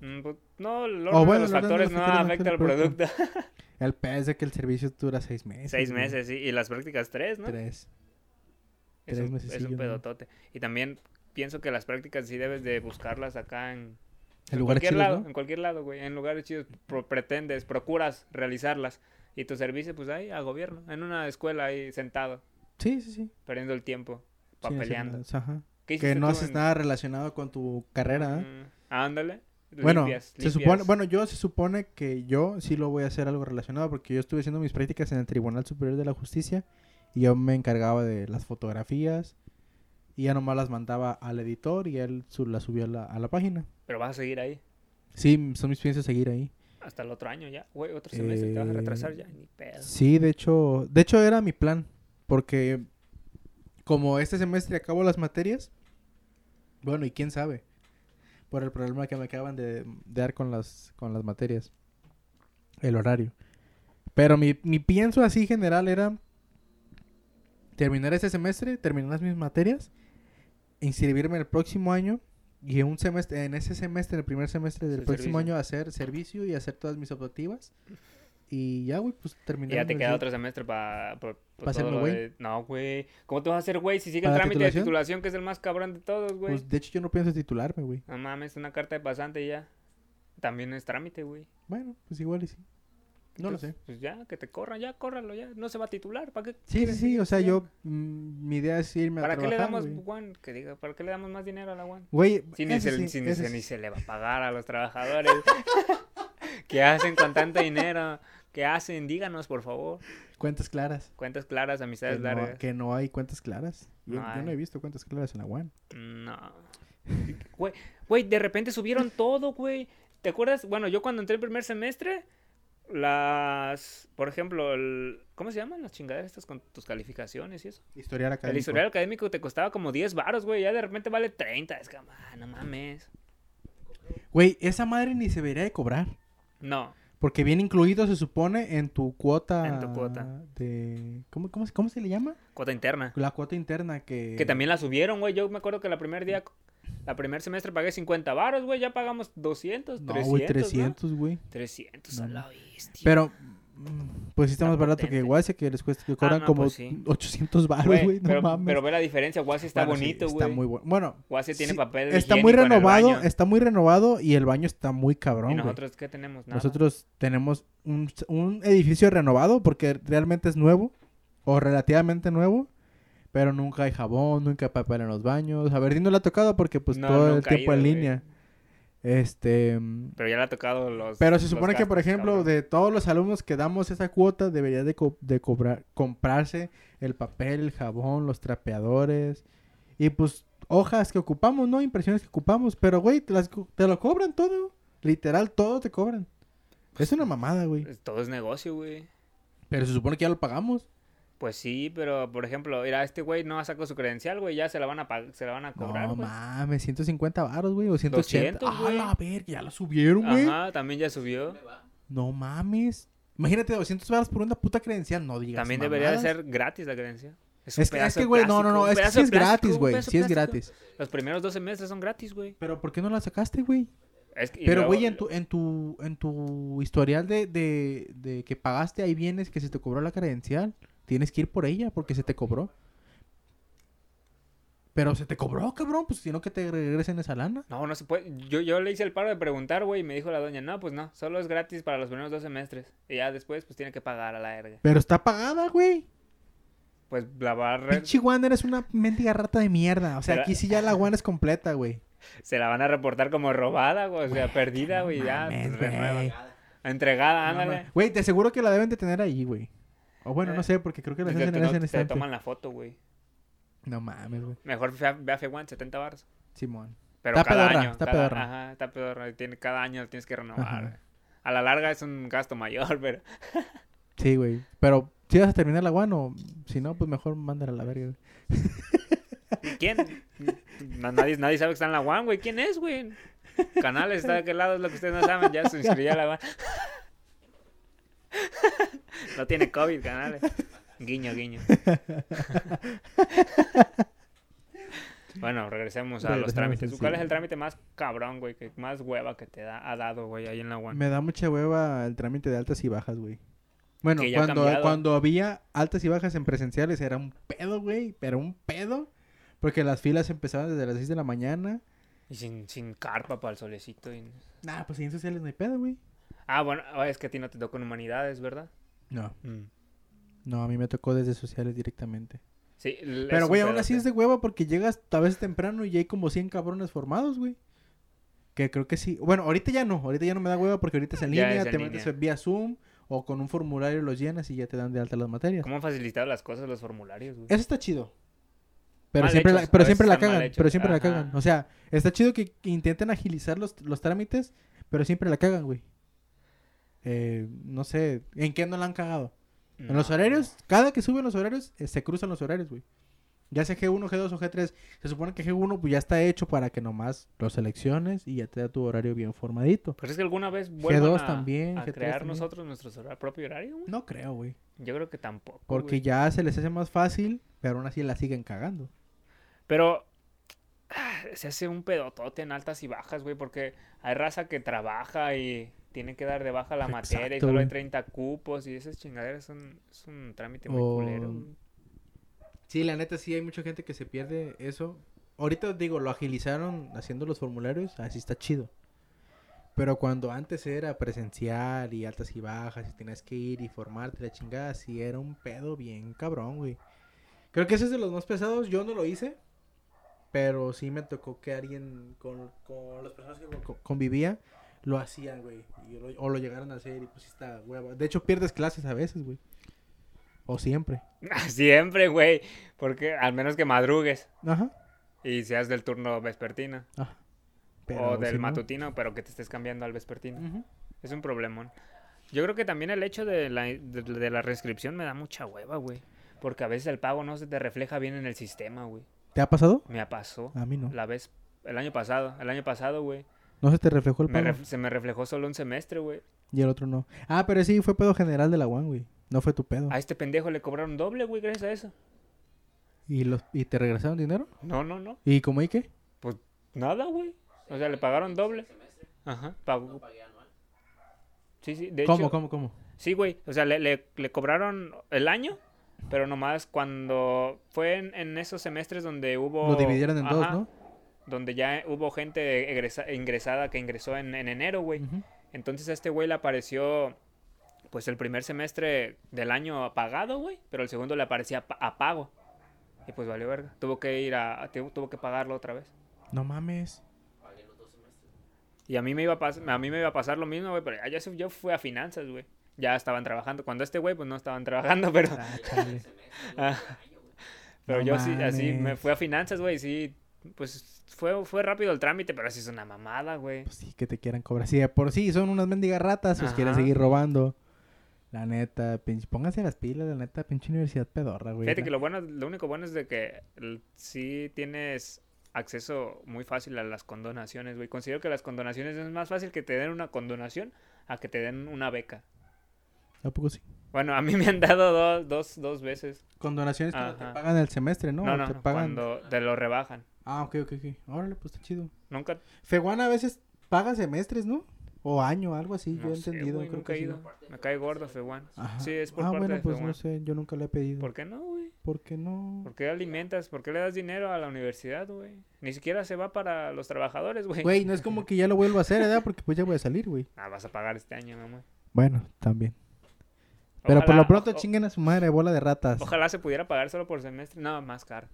[SPEAKER 2] Mm, pues, No, el
[SPEAKER 1] Oh,
[SPEAKER 2] orden de
[SPEAKER 1] bueno,
[SPEAKER 2] los
[SPEAKER 1] el orden de
[SPEAKER 2] factores
[SPEAKER 1] los
[SPEAKER 2] no
[SPEAKER 1] factores no
[SPEAKER 2] afecta
[SPEAKER 1] afecta
[SPEAKER 2] al
[SPEAKER 1] al producto.
[SPEAKER 2] producto.
[SPEAKER 1] El pez de que el servicio dura seis meses.
[SPEAKER 2] Seis
[SPEAKER 1] güey.
[SPEAKER 2] meses, sí. Y las prácticas tres, ¿no?
[SPEAKER 1] Tres.
[SPEAKER 2] es,
[SPEAKER 1] tres
[SPEAKER 2] un, es un
[SPEAKER 1] mesecillos, ¿no?
[SPEAKER 2] pedotote. Y también pienso que las prácticas sí debes de buscarlas acá en,
[SPEAKER 1] El lugar
[SPEAKER 2] cualquier
[SPEAKER 1] chido,
[SPEAKER 2] lado.
[SPEAKER 1] ¿no?
[SPEAKER 2] En cualquier lado, güey. En lugares chidos pro- pretendes, procuras realizarlas. Y tu servicio, pues ahí, a gobierno. En una escuela ahí sentado,
[SPEAKER 1] Sí, sí, sí.
[SPEAKER 2] perdiendo el tiempo,
[SPEAKER 1] Sin hacer
[SPEAKER 2] papeleando.
[SPEAKER 1] nada, ajá. que
[SPEAKER 2] ¿Qué hiciste
[SPEAKER 1] no
[SPEAKER 2] tú
[SPEAKER 1] haces
[SPEAKER 2] en-
[SPEAKER 1] nada relacionado con tu carrera. ¿eh?
[SPEAKER 2] Mm, Ándale.
[SPEAKER 1] Bueno,
[SPEAKER 2] Limpias,
[SPEAKER 1] se
[SPEAKER 2] limpias.
[SPEAKER 1] supone, bueno, yo se supone que yo sí lo voy a hacer algo relacionado porque yo estuve haciendo mis prácticas en el Tribunal Superior de la Justicia y yo me encargaba de las fotografías y ya nomás las mandaba al editor y él su- las subía a la, a la página.
[SPEAKER 2] Pero vas a seguir ahí
[SPEAKER 1] Sí, son mis piensos seguir ahí.
[SPEAKER 2] hasta el otro año ya. Güey, otro semestre te vas a
[SPEAKER 1] Eh,
[SPEAKER 2] retrasar ya. Ni pedo.
[SPEAKER 1] Sí, de hecho, de hecho era mi plan porque como este semestre acabo las materias, bueno, y quién sabe, por el problema que me acaban de, de dar con las, con las materias, el horario. Pero mi, mi pienso así general era terminar este semestre, terminar mis materias, inscribirme el próximo año y en un semestre, en ese semestre, en el primer semestre del
[SPEAKER 2] Hacer
[SPEAKER 1] próximo
[SPEAKER 2] servicio.
[SPEAKER 1] año hacer servicio y hacer todas mis optativas. Y ya, güey, pues
[SPEAKER 2] Y
[SPEAKER 1] terminar.
[SPEAKER 2] ya
[SPEAKER 1] la
[SPEAKER 2] te queda
[SPEAKER 1] universidad.
[SPEAKER 2] otro semestre para...
[SPEAKER 1] ¿Pa hacerme güey?
[SPEAKER 2] No, güey. ¿Cómo te vas a hacer, güey, si sigue el
[SPEAKER 1] ¿Para la
[SPEAKER 2] trámite de
[SPEAKER 1] titulación?
[SPEAKER 2] titulación, que es el más cabrón de todos, güey?
[SPEAKER 1] Pues de hecho yo no pienso titularme, güey.
[SPEAKER 2] No mames, una carta de pasante y ya. También es trámite, güey.
[SPEAKER 1] Bueno, pues igual y sí. No lo
[SPEAKER 2] Entonces,
[SPEAKER 1] sé.
[SPEAKER 2] Pues ya, que te corran, ya, córralo, ya. No se va a titular, ¿para qué?
[SPEAKER 1] Sí, sí,
[SPEAKER 2] quieres
[SPEAKER 1] sí.
[SPEAKER 2] seguir
[SPEAKER 1] O sea, yo.
[SPEAKER 2] estudiando?
[SPEAKER 1] mm, mi idea es irme a
[SPEAKER 2] ¿Para qué le
[SPEAKER 1] trabajar,
[SPEAKER 2] damos,
[SPEAKER 1] güey.
[SPEAKER 2] Juan? Que diga, ¿para qué le damos más dinero a la Juan?
[SPEAKER 1] Güey,
[SPEAKER 2] Si ni,
[SPEAKER 1] eso
[SPEAKER 2] se,
[SPEAKER 1] sí,
[SPEAKER 2] si ni
[SPEAKER 1] eso
[SPEAKER 2] se-
[SPEAKER 1] sí.
[SPEAKER 2] ni se le va a pagar a los trabajadores. ¿Qué hacen con tanto dinero? ¿Qué hacen? Díganos, por favor.
[SPEAKER 1] Cuentas claras.
[SPEAKER 2] Cuentas claras, amistades
[SPEAKER 1] Que no,
[SPEAKER 2] largas.
[SPEAKER 1] que no hay cuentas claras. Yo yo
[SPEAKER 2] No
[SPEAKER 1] no,
[SPEAKER 2] hay.
[SPEAKER 1] he visto cuentas claras en la WAN.
[SPEAKER 2] Mm, No. Güey, güey, de repente subieron todo, güey. ¿Te acuerdas? Bueno, yo cuando entré el primer semestre, las, por ejemplo, el, ¿cómo se llaman las chingaderas estas con tus calificaciones y eso?
[SPEAKER 1] Historial acá.
[SPEAKER 2] El historial académico te costaba como 10 varos, güey. Ya de repente vale 30. Es que, ah, no mames.
[SPEAKER 1] Güey, esa madre ni se debería de cobrar.
[SPEAKER 2] No.
[SPEAKER 1] Porque viene incluido, se supone, en tu cuota.
[SPEAKER 2] En tu cuota.
[SPEAKER 1] De... ¿Cómo, cómo, se- cómo se le llama?
[SPEAKER 2] Cuota interna.
[SPEAKER 1] La cuota interna que.
[SPEAKER 2] Que también la subieron, güey. Yo me acuerdo que la primer día, la primer semestre pagué 50 varos, güey. Ya pagamos 200,
[SPEAKER 1] No,
[SPEAKER 2] 300.
[SPEAKER 1] güey,
[SPEAKER 2] 300.
[SPEAKER 1] 300, güey.
[SPEAKER 2] 300 a
[SPEAKER 1] No,
[SPEAKER 2] la bestia.
[SPEAKER 1] Pero, mm, pues sí está
[SPEAKER 2] Está
[SPEAKER 1] más barato
[SPEAKER 2] potente.
[SPEAKER 1] que Guasia, que les cuesta, que cobran
[SPEAKER 2] no,
[SPEAKER 1] como
[SPEAKER 2] pues sí.
[SPEAKER 1] 800 baros,
[SPEAKER 2] Güey,
[SPEAKER 1] Ah, güey, no
[SPEAKER 2] pero,
[SPEAKER 1] mames.
[SPEAKER 2] pero ve la diferencia. Guasi está
[SPEAKER 1] Bueno, sí,
[SPEAKER 2] bonito, güey.
[SPEAKER 1] está muy bueno. Bueno,
[SPEAKER 2] Guasi tiene
[SPEAKER 1] sí,
[SPEAKER 2] papel
[SPEAKER 1] está muy
[SPEAKER 2] higiénico en el
[SPEAKER 1] renovado,
[SPEAKER 2] baño.
[SPEAKER 1] está muy renovado y el baño está muy
[SPEAKER 2] ¿Y
[SPEAKER 1] cabrón, güey. Nosotros,
[SPEAKER 2] nosotros qué tenemos? Nada.
[SPEAKER 1] tenemos un, un edificio renovado porque realmente es nuevo o relativamente nuevo. Pero nunca hay jabón, nunca hay papel en los baños. A Verdín no le ha tocado porque pues
[SPEAKER 2] No,
[SPEAKER 1] todo el
[SPEAKER 2] nunca ha
[SPEAKER 1] tiempo
[SPEAKER 2] ido,
[SPEAKER 1] en
[SPEAKER 2] güey.
[SPEAKER 1] línea. Este,
[SPEAKER 2] Pero ya le ha tocado los.
[SPEAKER 1] Pero se
[SPEAKER 2] los
[SPEAKER 1] supone que, por
[SPEAKER 2] gastos,
[SPEAKER 1] ejemplo,
[SPEAKER 2] cabrón.
[SPEAKER 1] de todos los alumnos que damos esa cuota, debería de, co- de cobrar, comprarse el papel, el jabón, los trapeadores y pues hojas que ocupamos, ¿no? Impresiones que ocupamos. Pero, güey, te, las co- te lo cobran todo. Literal, todo te cobran. Es una mamada, güey.
[SPEAKER 2] Pues Todo es negocio, güey.
[SPEAKER 1] Pero se supone que ya lo pagamos.
[SPEAKER 2] Pues sí, pero por ejemplo, mira, este güey no ha sacado su credencial, güey. Ya se la van a, pag- se la van a cobrar,
[SPEAKER 1] no
[SPEAKER 2] güey.
[SPEAKER 1] mames, 150 baros, güey, o 180.
[SPEAKER 2] 200, güey.
[SPEAKER 1] ah, la verga, ya lo subieron, güey.
[SPEAKER 2] Ajá, también ya subió.
[SPEAKER 1] No mames. Imagínate 200 baros por una puta credencial, no digas.
[SPEAKER 2] También debería de
[SPEAKER 1] mamadas.
[SPEAKER 2] ser gratis la credencia. un
[SPEAKER 1] Es que, es que,
[SPEAKER 2] pedazo de
[SPEAKER 1] güey, no, no, no,
[SPEAKER 2] plástico,
[SPEAKER 1] es
[SPEAKER 2] un
[SPEAKER 1] que
[SPEAKER 2] pedazo
[SPEAKER 1] sí
[SPEAKER 2] de
[SPEAKER 1] es gratis,
[SPEAKER 2] plástico, un
[SPEAKER 1] güey,
[SPEAKER 2] pedazo
[SPEAKER 1] sí
[SPEAKER 2] de
[SPEAKER 1] es
[SPEAKER 2] plástico.
[SPEAKER 1] gratis.
[SPEAKER 2] Los primeros dos semestres son gratis, güey.
[SPEAKER 1] Pero ¿por qué no la sacaste, güey?
[SPEAKER 2] Es que- y
[SPEAKER 1] Pero,
[SPEAKER 2] luego-
[SPEAKER 1] güey, en tu, en tu, en tu historial de, de, de que pagaste ahí vienes que se te cobró la credencial. Tienes que ir por ella porque se te cobró. Pero se te cobró, cabrón, pues si no que te regresen esa lana.
[SPEAKER 2] No, no se puede. Yo, yo le hice el paro de preguntar, güey, y me dijo la doña, no, pues no, solo es gratis para los primeros dos semestres. Y ya después, pues tiene que pagar a la verga.
[SPEAKER 1] Pero está pagada, güey.
[SPEAKER 2] Pues la barra
[SPEAKER 1] Pinche Wander es una mendiga rata de mierda. O sea,
[SPEAKER 2] Pero-
[SPEAKER 1] aquí sí ya la Wan es completa, güey.
[SPEAKER 2] se la van a reportar como robada, güey, o sea, perdida, güey, ya.
[SPEAKER 1] mames,
[SPEAKER 2] pues, renueva.
[SPEAKER 1] güey.
[SPEAKER 2] Entregada,
[SPEAKER 1] No
[SPEAKER 2] ándale.
[SPEAKER 1] mames. Güey, te aseguro que la deben de tener ahí, güey. O bueno, no sé, porque creo Eh, que las
[SPEAKER 2] Te-
[SPEAKER 1] hacen
[SPEAKER 2] te-
[SPEAKER 1] en ese
[SPEAKER 2] no- te
[SPEAKER 1] instante.
[SPEAKER 2] toman la foto, güey.
[SPEAKER 1] No mames, güey.
[SPEAKER 2] Mejor fe- ve a F1, 70 barras.
[SPEAKER 1] Simón.
[SPEAKER 2] Pero
[SPEAKER 1] Está
[SPEAKER 2] cada
[SPEAKER 1] pedorra,
[SPEAKER 2] año.
[SPEAKER 1] está
[SPEAKER 2] cada-
[SPEAKER 1] pedorra.
[SPEAKER 2] Ajá, está pedorra. y Tiene, cada año lo tienes que renovar.
[SPEAKER 1] Ajá.
[SPEAKER 2] güey. A la larga es un gasto mayor, pero.
[SPEAKER 1] Sí, güey. Pero si vas a terminar la guano, o si no, pues mejor mándala a la verga. güey.
[SPEAKER 2] ¿Y ¿Quién? Na- nadie, nadie sabe que está en la WAN, güey. ¿Quién es, güey? Canales está de aquel lado, es lo que ustedes no saben. Ya se inscribió a la WAN. No tiene COVID, Canales. Guiño, guiño. Bueno, regresemos a los
[SPEAKER 1] Regresemos,
[SPEAKER 2] trámites.
[SPEAKER 1] sí.
[SPEAKER 2] ¿Cuál es el trámite más cabrón, güey? Que más hueva que te da, ha dado, güey, ahí en la WAN?
[SPEAKER 1] Me da mucha hueva el trámite de altas y bajas, güey. Bueno,
[SPEAKER 2] Que ya ha
[SPEAKER 1] cuando,
[SPEAKER 2] cambiado.
[SPEAKER 1] cuando había altas y bajas en presenciales era un pedo, güey. Pero un pedo. Porque las filas empezaban desde las 6 de la mañana.
[SPEAKER 2] Y sin, sin carpa para el solecito. y-
[SPEAKER 1] Nah, pues en sociales no hay pedo, güey.
[SPEAKER 2] Ah, bueno, ah, es que a ti no te
[SPEAKER 1] Mm.
[SPEAKER 2] tocó en humanidades, ¿verdad?
[SPEAKER 1] No, no, a mí me tocó desde sociales directamente.
[SPEAKER 2] Sí, l-
[SPEAKER 1] Pero,
[SPEAKER 2] un
[SPEAKER 1] güey, aún así
[SPEAKER 2] pedote.
[SPEAKER 1] es de hueva porque llegas a veces temprano y hay como 100 cabrones formados, güey. Que creo que sí. Bueno, ahorita ya no, ahorita ya no me da hueva porque ahorita es en
[SPEAKER 2] Ya
[SPEAKER 1] línea,
[SPEAKER 2] es en
[SPEAKER 1] te
[SPEAKER 2] línea.
[SPEAKER 1] metes vía Zoom o con un formulario los llenas y ya te dan de alta las materias.
[SPEAKER 2] ¿Cómo han facilitado las cosas los formularios, güey?
[SPEAKER 1] Eso está chido. Pero
[SPEAKER 2] Mal
[SPEAKER 1] siempre,
[SPEAKER 2] hechos,
[SPEAKER 1] la, pero
[SPEAKER 2] a
[SPEAKER 1] siempre
[SPEAKER 2] veces
[SPEAKER 1] la
[SPEAKER 2] están mal
[SPEAKER 1] cagan,
[SPEAKER 2] hechos,
[SPEAKER 1] pero siempre la
[SPEAKER 2] ajá.
[SPEAKER 1] cagan. O sea, está chido que, que intenten agilizar los, los trámites, pero siempre la cagan, güey. Eh, no sé, ¿en qué no la han cagado? En los
[SPEAKER 2] No.
[SPEAKER 1] horarios, cada que suben los horarios, eh, se cruzan los horarios, güey. Ya sea G1, G2 o G3, se supone que G1 pues, ya está hecho para que nomás lo selecciones y ya te da tu horario bien formadito.
[SPEAKER 2] Pero Pues es que alguna vez vuelvan
[SPEAKER 1] G2
[SPEAKER 2] a,
[SPEAKER 1] también,
[SPEAKER 2] a
[SPEAKER 1] G3
[SPEAKER 2] crear
[SPEAKER 1] también.
[SPEAKER 2] nosotros nuestro hora- propio horario, güey.
[SPEAKER 1] No creo, güey.
[SPEAKER 2] Yo creo que tampoco.
[SPEAKER 1] Porque
[SPEAKER 2] güey.
[SPEAKER 1] ya se les hace más fácil, pero aún así la siguen cagando.
[SPEAKER 2] Pero ah, se hace un pedotote en altas y bajas, güey, porque hay raza que trabaja y tiene que dar de baja la materia y
[SPEAKER 1] Exacto,
[SPEAKER 2] solo hay
[SPEAKER 1] güey.
[SPEAKER 2] 30 cupos y esas chingaderas son, es un trámite muy
[SPEAKER 1] O-
[SPEAKER 2] culero. güey.
[SPEAKER 1] Sí, la neta sí hay mucha gente que se pierde eso. Ahorita digo, lo agilizaron haciendo los formularios, así está chido. Pero cuando antes era presencial y altas y bajas y tenías que ir y formarte la chingada, sí era un pedo bien cabrón, güey. Creo que ese es de los más pesados, yo no lo hice, pero sí me tocó que alguien con, con las personas que con- convivía lo hacían, güey. y lo- O lo llegaron a hacer y pues sí está hueva. De hecho pierdes clases a veces, güey. O siempre.
[SPEAKER 2] Ah, Siempre, güey, porque al menos que madrugues
[SPEAKER 1] Ajá.
[SPEAKER 2] y seas del turno vespertino
[SPEAKER 1] Ajá.
[SPEAKER 2] o
[SPEAKER 1] Ah, Pero
[SPEAKER 2] del
[SPEAKER 1] si no-
[SPEAKER 2] matutino, pero que te estés cambiando al vespertino.
[SPEAKER 1] Ujú.
[SPEAKER 2] Es un problemón. Yo creo que también el hecho de la, de, de la reinscripción me da mucha hueva, güey. Porque a veces el pago no se te refleja bien en el sistema, güey.
[SPEAKER 1] ¿Te ha pasado?
[SPEAKER 2] Me pasó
[SPEAKER 1] A mí Ah, no.
[SPEAKER 2] la vez, el año pasado, el año pasado, güey.
[SPEAKER 1] No se te reflejó el
[SPEAKER 2] me
[SPEAKER 1] pago.
[SPEAKER 2] ref- se me reflejó solo un semestre, güey.
[SPEAKER 1] Y el otro no. Ah, pero sí, fue pedo general de la UAN, güey. No fue tu pedo.
[SPEAKER 2] A este pendejo le cobraron doble, güey, gracias a eso.
[SPEAKER 1] ¿Y, los, ¿Y te regresaron dinero?
[SPEAKER 2] No, no, no.
[SPEAKER 1] ¿Y cómo y qué?
[SPEAKER 2] Pues nada, güey. O sea, le pagaron doble. Ajá, pagó. Sí, sí, de
[SPEAKER 1] ¿Cómo,
[SPEAKER 2] hecho.
[SPEAKER 1] cómo, cómo?
[SPEAKER 2] Sí, güey. O sea, le, le- le cobraron el año, pero nomás cuando fue en, en esos semestres donde hubo...
[SPEAKER 1] Lo dividieron en dos,
[SPEAKER 2] oh, Ajá,
[SPEAKER 1] ¿no?
[SPEAKER 2] Donde ya hubo gente egresa- ingresada que ingresó en, en enero, güey.
[SPEAKER 1] Ujú.
[SPEAKER 2] Entonces a este güey le apareció, pues, el primer semestre del año pagado, güey. Pero el segundo le aparecía pa- a pago. Y pues valió verga. Tuvo que ir a... a- tu- tuvo que pagarlo otra vez.
[SPEAKER 1] No mames.
[SPEAKER 2] Y a mí me iba a, pas- a, mí me iba a pasar lo mismo, güey. Pero ya se- yo fui a finanzas, güey. Ya estaban trabajando. Cuando este güey, pues, no estaban trabajando, pero...
[SPEAKER 1] Ah, chale.
[SPEAKER 2] Ah. Pero
[SPEAKER 1] No
[SPEAKER 2] yo sí, así me
[SPEAKER 1] mames.
[SPEAKER 2] fui a finanzas, güey, y sí, pues fue, fue rápido el trámite, pero sí es una mamada, güey.
[SPEAKER 1] Pues sí, que te quieran cobrar. Sí, de por sí, son unas mendigas ratas, pues quieren
[SPEAKER 2] Ajá.
[SPEAKER 1] seguir robando. La neta, pinche, pónganse las pilas, la neta, pinche universidad pedorra, güey.
[SPEAKER 2] Fíjate
[SPEAKER 1] La-
[SPEAKER 2] que lo bueno, lo único bueno es de que l- sí tienes acceso muy fácil a las condonaciones, güey. Considero que las condonaciones es más fácil que te den una condonación a que te den una beca.
[SPEAKER 1] ¿A poco sí?
[SPEAKER 2] Bueno, a mí me han dado dos, dos, dos veces.
[SPEAKER 1] Con donaciones cuando te
[SPEAKER 2] Ajá.
[SPEAKER 1] pagan el semestre, ¿no?
[SPEAKER 2] No,
[SPEAKER 1] ¿O
[SPEAKER 2] no,
[SPEAKER 1] te pagan...
[SPEAKER 2] cuando te lo rebajan.
[SPEAKER 1] Ah, ok, ok, ok. Órale, pues está chido.
[SPEAKER 2] Nunca,
[SPEAKER 1] Feguana a veces paga semestres, ¿no? O año, algo así,
[SPEAKER 2] no
[SPEAKER 1] yo he
[SPEAKER 2] sé,
[SPEAKER 1] entendido.
[SPEAKER 2] güey,
[SPEAKER 1] creo que
[SPEAKER 2] nunca he
[SPEAKER 1] sí.
[SPEAKER 2] ido. Me cae gordo, Feguan.
[SPEAKER 1] Ajá.
[SPEAKER 2] Sí, es por
[SPEAKER 1] ah,
[SPEAKER 2] parte de
[SPEAKER 1] bueno, pues
[SPEAKER 2] Feguan.
[SPEAKER 1] no sé, yo nunca le he pedido.
[SPEAKER 2] ¿Por qué no, güey?
[SPEAKER 1] ¿Por qué no?
[SPEAKER 2] ¿Por qué alimentas? ¿Por qué le das dinero a la universidad, güey? Ni siquiera se va para los trabajadores, güey.
[SPEAKER 1] Güey, no es como que ya lo vuelvo a hacer, ¿verdad? Porque pues ya voy a salir, güey.
[SPEAKER 2] Ah, vas a pagar este año, mamá.
[SPEAKER 1] Bueno, también. Pero por lo pronto
[SPEAKER 2] o-
[SPEAKER 1] chinguen a su madre, bola de ratas.
[SPEAKER 2] Ojalá se pudiera pagar solo por semestre. No, más caro.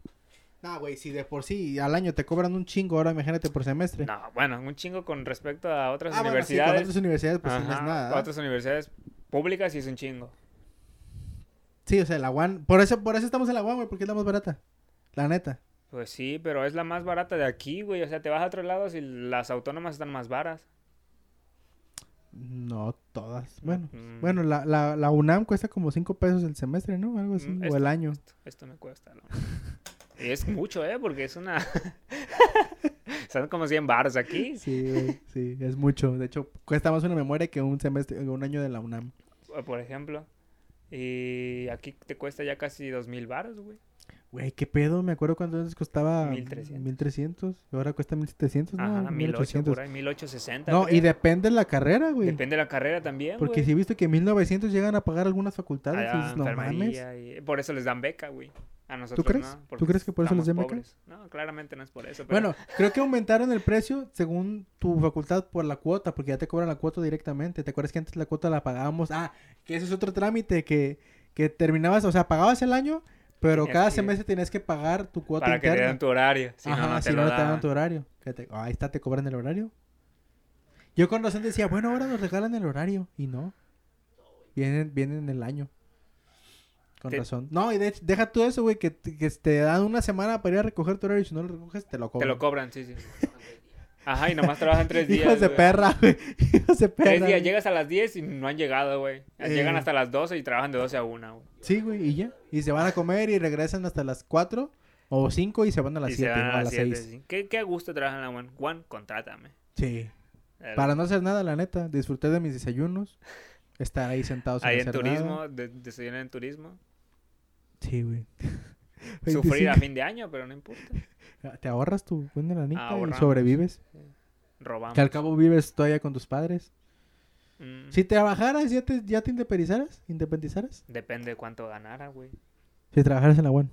[SPEAKER 1] No, güey, si de por sí al año te cobran un chingo, ahora imagínate por semestre.
[SPEAKER 2] No, bueno, un chingo con respecto a otras
[SPEAKER 1] ah, bueno, sí, con
[SPEAKER 2] universidades.
[SPEAKER 1] otras universidades pues sí no es
[SPEAKER 2] Ajá,
[SPEAKER 1] nada. ¿verdad?
[SPEAKER 2] Otras universidades públicas sí es un chingo.
[SPEAKER 1] Sí, o sea, la UAN, por eso, por eso estamos en la UAN, güey, porque es la más barata. La neta.
[SPEAKER 2] Pues sí, pero es la más barata de aquí, güey. O sea, te vas a otros lados y las autónomas están más varas.
[SPEAKER 1] No todas. Bueno,
[SPEAKER 2] Mm,
[SPEAKER 1] bueno, la, la, la UNAM cuesta como 5 pesos el semestre, ¿no? Algo así,
[SPEAKER 2] Mm,
[SPEAKER 1] o
[SPEAKER 2] esto-
[SPEAKER 1] el año.
[SPEAKER 2] Esto, esto me cuesta. la verdad. y es mucho, ¿eh? Porque es una... Están como 100 baros aquí.
[SPEAKER 1] Sí, güey, sí, es mucho. De hecho, cuesta más una memoria que un semestre, eh, un año de la UNAM.
[SPEAKER 2] o- eh, por ejemplo. Y aquí te cuesta ya casi dos mil baros, güey.
[SPEAKER 1] Güey, qué pedo, me acuerdo cuando antes costaba
[SPEAKER 2] 1300.
[SPEAKER 1] 1300, y ahora cuesta 1700, Pues ¿no?
[SPEAKER 2] Ajá, mil ocho por ahí, mil ochocientos sesenta.
[SPEAKER 1] No,
[SPEAKER 2] güey.
[SPEAKER 1] y depende la carrera, güey.
[SPEAKER 2] Depende de la carrera también,
[SPEAKER 1] Porque si
[SPEAKER 2] güey.
[SPEAKER 1] he visto que 1900 llegan a pagar algunas facultades,
[SPEAKER 2] Allá,
[SPEAKER 1] y dices, no mames.
[SPEAKER 2] enfermería y- Por eso les dan beca, güey. A nosotros
[SPEAKER 1] crees?
[SPEAKER 2] no,
[SPEAKER 1] ¿Tú
[SPEAKER 2] porque
[SPEAKER 1] crees que por eso les
[SPEAKER 2] estamos
[SPEAKER 1] den beca?
[SPEAKER 2] pobres. No, claramente no es por eso. Pero
[SPEAKER 1] Bueno, creo que aumentaron el precio según tu facultad por la cuota, porque ya te cobran la cuota directamente. ¿Te acuerdas que antes la cuota la pagábamos? Ah, que ese es otro trámite que, que terminabas, o sea, pagabas el año, Pero
[SPEAKER 2] Tenías
[SPEAKER 1] cada
[SPEAKER 2] que-
[SPEAKER 1] semestre tenías que pagar tu cuota
[SPEAKER 2] para que te
[SPEAKER 1] interna.
[SPEAKER 2] den tu horario. Si
[SPEAKER 1] Ajá,
[SPEAKER 2] no, no te
[SPEAKER 1] si
[SPEAKER 2] lo
[SPEAKER 1] no te
[SPEAKER 2] daban.
[SPEAKER 1] dan tu horario. Fíjate, oh, ahí está, te cobran el horario. Yo con razón decía, bueno, ahora nos regalan el horario. Y no. Vienen, vienen en el año. Con
[SPEAKER 2] Te-
[SPEAKER 1] razón. No, y de- deja tú eso, güey, que, te- que te dan una semana para ir a recoger tu horario y si no lo recoges, te lo
[SPEAKER 2] Te
[SPEAKER 1] cobran.
[SPEAKER 2] lo cobran, sí, sí. Ajá, y nomás trabajan tres días.
[SPEAKER 1] Hijos de
[SPEAKER 2] güey.
[SPEAKER 1] perra, güey. Hijos de perra.
[SPEAKER 2] Tres días,
[SPEAKER 1] güey.
[SPEAKER 2] llegas a las 10 y no han llegado, güey. Llegan
[SPEAKER 1] Eh.
[SPEAKER 2] hasta las 12 y trabajan de 12 a 1, güey.
[SPEAKER 1] Sí, güey, y ya. Y se van a comer y regresan hasta las 4 o 5 y se van a las
[SPEAKER 2] Y se
[SPEAKER 1] 7 o
[SPEAKER 2] van
[SPEAKER 1] a las
[SPEAKER 2] siete,
[SPEAKER 1] 6.
[SPEAKER 2] sí. ¿Qué, qué a gusto trabajan en la One? One, contrátame. Eh,
[SPEAKER 1] Sí.
[SPEAKER 2] El-
[SPEAKER 1] Para no hacer nada, la neta. Disfruté de mis desayunos. Estar ahí sentados
[SPEAKER 2] ahí en
[SPEAKER 1] hacer nada.
[SPEAKER 2] turismo, de- desayunar en turismo.
[SPEAKER 1] Sí, güey.
[SPEAKER 2] Sufrir a
[SPEAKER 1] 25.
[SPEAKER 2] fin de año, pero no importa.
[SPEAKER 1] Te ahorras tu buena lanita y
[SPEAKER 2] Ah, Ahorramos.
[SPEAKER 1] sobrevives.
[SPEAKER 2] Robamos.
[SPEAKER 1] Que al cabo vives todavía con tus padres.
[SPEAKER 2] Mm,
[SPEAKER 1] Si trabajaras, ya te, ya te independizaras. independizaras.
[SPEAKER 2] Depende de cuánto ganara, güey.
[SPEAKER 1] Si trabajaras en la UAN.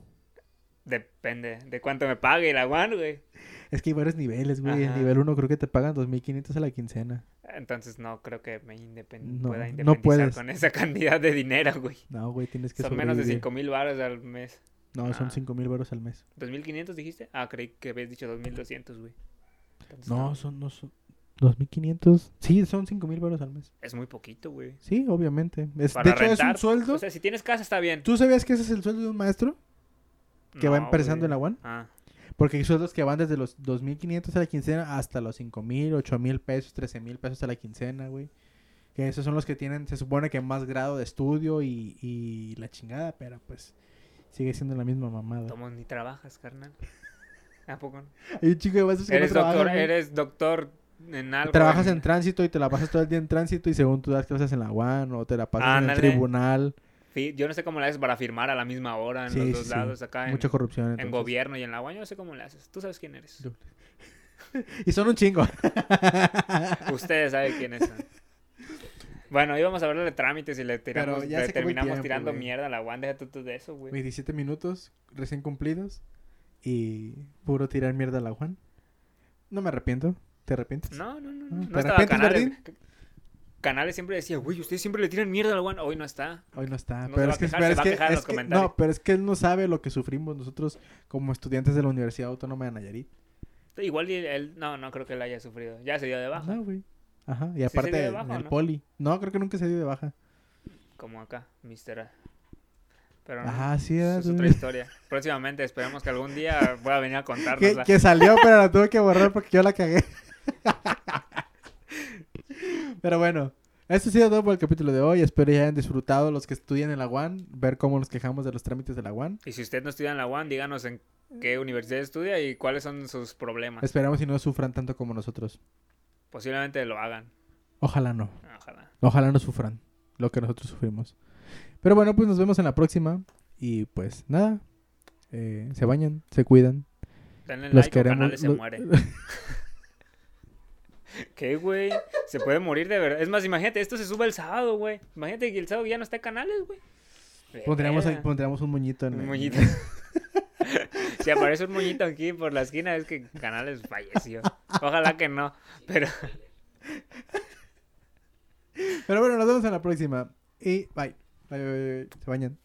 [SPEAKER 2] Depende de cuánto me pague la One, güey.
[SPEAKER 1] Es que hay varios niveles, güey. El
[SPEAKER 2] Ajá.
[SPEAKER 1] nivel 1 creo que te pagan 2.500 a la quincena.
[SPEAKER 2] Entonces no creo que me independ-
[SPEAKER 1] No,
[SPEAKER 2] pueda
[SPEAKER 1] no
[SPEAKER 2] independizar
[SPEAKER 1] puedes.
[SPEAKER 2] con esa cantidad de dinero, güey.
[SPEAKER 1] No, güey, tienes que
[SPEAKER 2] Son menos de
[SPEAKER 1] sobrevivir.
[SPEAKER 2] 5 mil baros al mes.
[SPEAKER 1] No, son
[SPEAKER 2] Ah.
[SPEAKER 1] 5.000 baros al mes.
[SPEAKER 2] ¿2.500 dijiste? Ah, creí que habías dicho 2.200, güey. Entonces,
[SPEAKER 1] No, son, no son... 2.500. Sí, son 5.000 baros al mes.
[SPEAKER 2] Es muy poquito, güey.
[SPEAKER 1] Sí, obviamente. Es- de
[SPEAKER 2] Para
[SPEAKER 1] hecho, es un
[SPEAKER 2] rentar, pues,
[SPEAKER 1] sueldo.
[SPEAKER 2] O sea, si tienes casa está bien.
[SPEAKER 1] ¿Tú sabías que ese es el sueldo de un maestro que va
[SPEAKER 2] No,
[SPEAKER 1] empezando en la
[SPEAKER 2] güey.
[SPEAKER 1] UAN?
[SPEAKER 2] Ah,
[SPEAKER 1] Porque hay sueldos que van desde los 2.500 a la quincena hasta los 5.000, 8.000 pesos, 13.000 pesos a la quincena, güey. Que esos son los que tienen, se supone que más grado de estudio y, y la chingada, pero pues sigue siendo la misma mamada.
[SPEAKER 2] Tomos ni trabajas, carnal. ¿A poco no?
[SPEAKER 1] Hay un chico de maestros Pues que no
[SPEAKER 2] Eres doctor,
[SPEAKER 1] trabajan, güey.
[SPEAKER 2] eres doctor en algo.
[SPEAKER 1] Trabajas en tránsito y te la pasas todo el día en tránsito y según tú das clases en la UAN o te la pasas en
[SPEAKER 2] Ándale.
[SPEAKER 1] el tribunal.
[SPEAKER 2] fi- Yo no sé cómo le haces para firmar a la misma hora en
[SPEAKER 1] Sí,
[SPEAKER 2] los
[SPEAKER 1] sí,
[SPEAKER 2] dos
[SPEAKER 1] sí.
[SPEAKER 2] lados acá. En,
[SPEAKER 1] Mucha corrupción.
[SPEAKER 2] en
[SPEAKER 1] entonces.
[SPEAKER 2] gobierno y en la UAN. Yo no sé cómo le haces. Tú sabes quién eres.
[SPEAKER 1] Yo- Y son un chingo.
[SPEAKER 2] Ustedes saben quiénes son. Bueno, íbamos a hablar de trámites y le,
[SPEAKER 1] ya
[SPEAKER 2] tiramos, le
[SPEAKER 1] se acabó el
[SPEAKER 2] terminamos
[SPEAKER 1] tiempo,
[SPEAKER 2] tirando
[SPEAKER 1] güey.
[SPEAKER 2] mierda a la WAN. Deja tú tú de eso, güey.
[SPEAKER 1] 27 minutos recién cumplidos y puro tirar mierda a la Juan. No me arrepiento. ¿Te arrepientes?
[SPEAKER 2] No, no, no.
[SPEAKER 1] Ah,
[SPEAKER 2] No,
[SPEAKER 1] ¿te
[SPEAKER 2] no estaba
[SPEAKER 1] arrepientes,
[SPEAKER 2] Canales. Canales siempre decía, güey, ustedes siempre le tiran mierda a la WAN. Hoy no está.
[SPEAKER 1] Hoy no está.
[SPEAKER 2] No se
[SPEAKER 1] pero
[SPEAKER 2] va
[SPEAKER 1] es
[SPEAKER 2] a
[SPEAKER 1] que,
[SPEAKER 2] quejar,
[SPEAKER 1] pero
[SPEAKER 2] se
[SPEAKER 1] es
[SPEAKER 2] va a
[SPEAKER 1] que-
[SPEAKER 2] quejar en
[SPEAKER 1] es
[SPEAKER 2] los
[SPEAKER 1] que-
[SPEAKER 2] comentarios.
[SPEAKER 1] no, pero es que él no sabe lo que sufrimos nosotros como estudiantes de la Universidad Autónoma de Nayarit.
[SPEAKER 2] Igual y él, no, no creo que él haya sufrido. Ya se dio de baja,
[SPEAKER 1] No, güey. Ajá. Y
[SPEAKER 2] se dio
[SPEAKER 1] aparte
[SPEAKER 2] de
[SPEAKER 1] en
[SPEAKER 2] baja o
[SPEAKER 1] el
[SPEAKER 2] no?
[SPEAKER 1] poli. No, creo que nunca se dio de baja.
[SPEAKER 2] como acá, Mister. Pero no,
[SPEAKER 1] Ajá, sí.
[SPEAKER 2] eso
[SPEAKER 1] Era,
[SPEAKER 2] es otra historia. Próximamente esperemos que algún día pueda venir a
[SPEAKER 1] que,
[SPEAKER 2] contárnosla.
[SPEAKER 1] que salió, pero la tuve que borrar porque yo la cagué. pero bueno, esto ha sido todo por el capítulo de hoy. Espero ya hayan disfrutado los que estudian en la UAN, ver cómo nos quejamos de los trámites de la UAN.
[SPEAKER 2] Y si usted no estudia en la UAN, díganos en qué universidad estudia y cuáles son sus problemas.
[SPEAKER 1] Esperamos y no sufran tanto como nosotros.
[SPEAKER 2] Posiblemente lo hagan.
[SPEAKER 1] Ojalá no.
[SPEAKER 2] Ojalá.
[SPEAKER 1] Ojalá no sufran lo que nosotros sufrimos. Pero bueno, pues nos vemos en la próxima. Y pues nada. Eh, se bañan, se cuidan.
[SPEAKER 2] Denle
[SPEAKER 1] Los
[SPEAKER 2] like
[SPEAKER 1] queremos,
[SPEAKER 2] o Canales se
[SPEAKER 1] lo-
[SPEAKER 2] muere. ¿Qué, güey? Se puede morir de verdad. Es más, imagínate, esto se sube el sábado, güey. Imagínate que el sábado ya no está en Canales, güey. De
[SPEAKER 1] Pondríamos, ahí-
[SPEAKER 2] veras.
[SPEAKER 1] pondríamos un moñito en
[SPEAKER 2] Un
[SPEAKER 1] el-
[SPEAKER 2] moñito. si aparece un moñito aquí por la esquina es que Canales falleció. Ojalá que no, pero
[SPEAKER 1] Pero bueno, nos vemos en la próxima. Y bye. Bye, bye, bye, bye. Se bañan.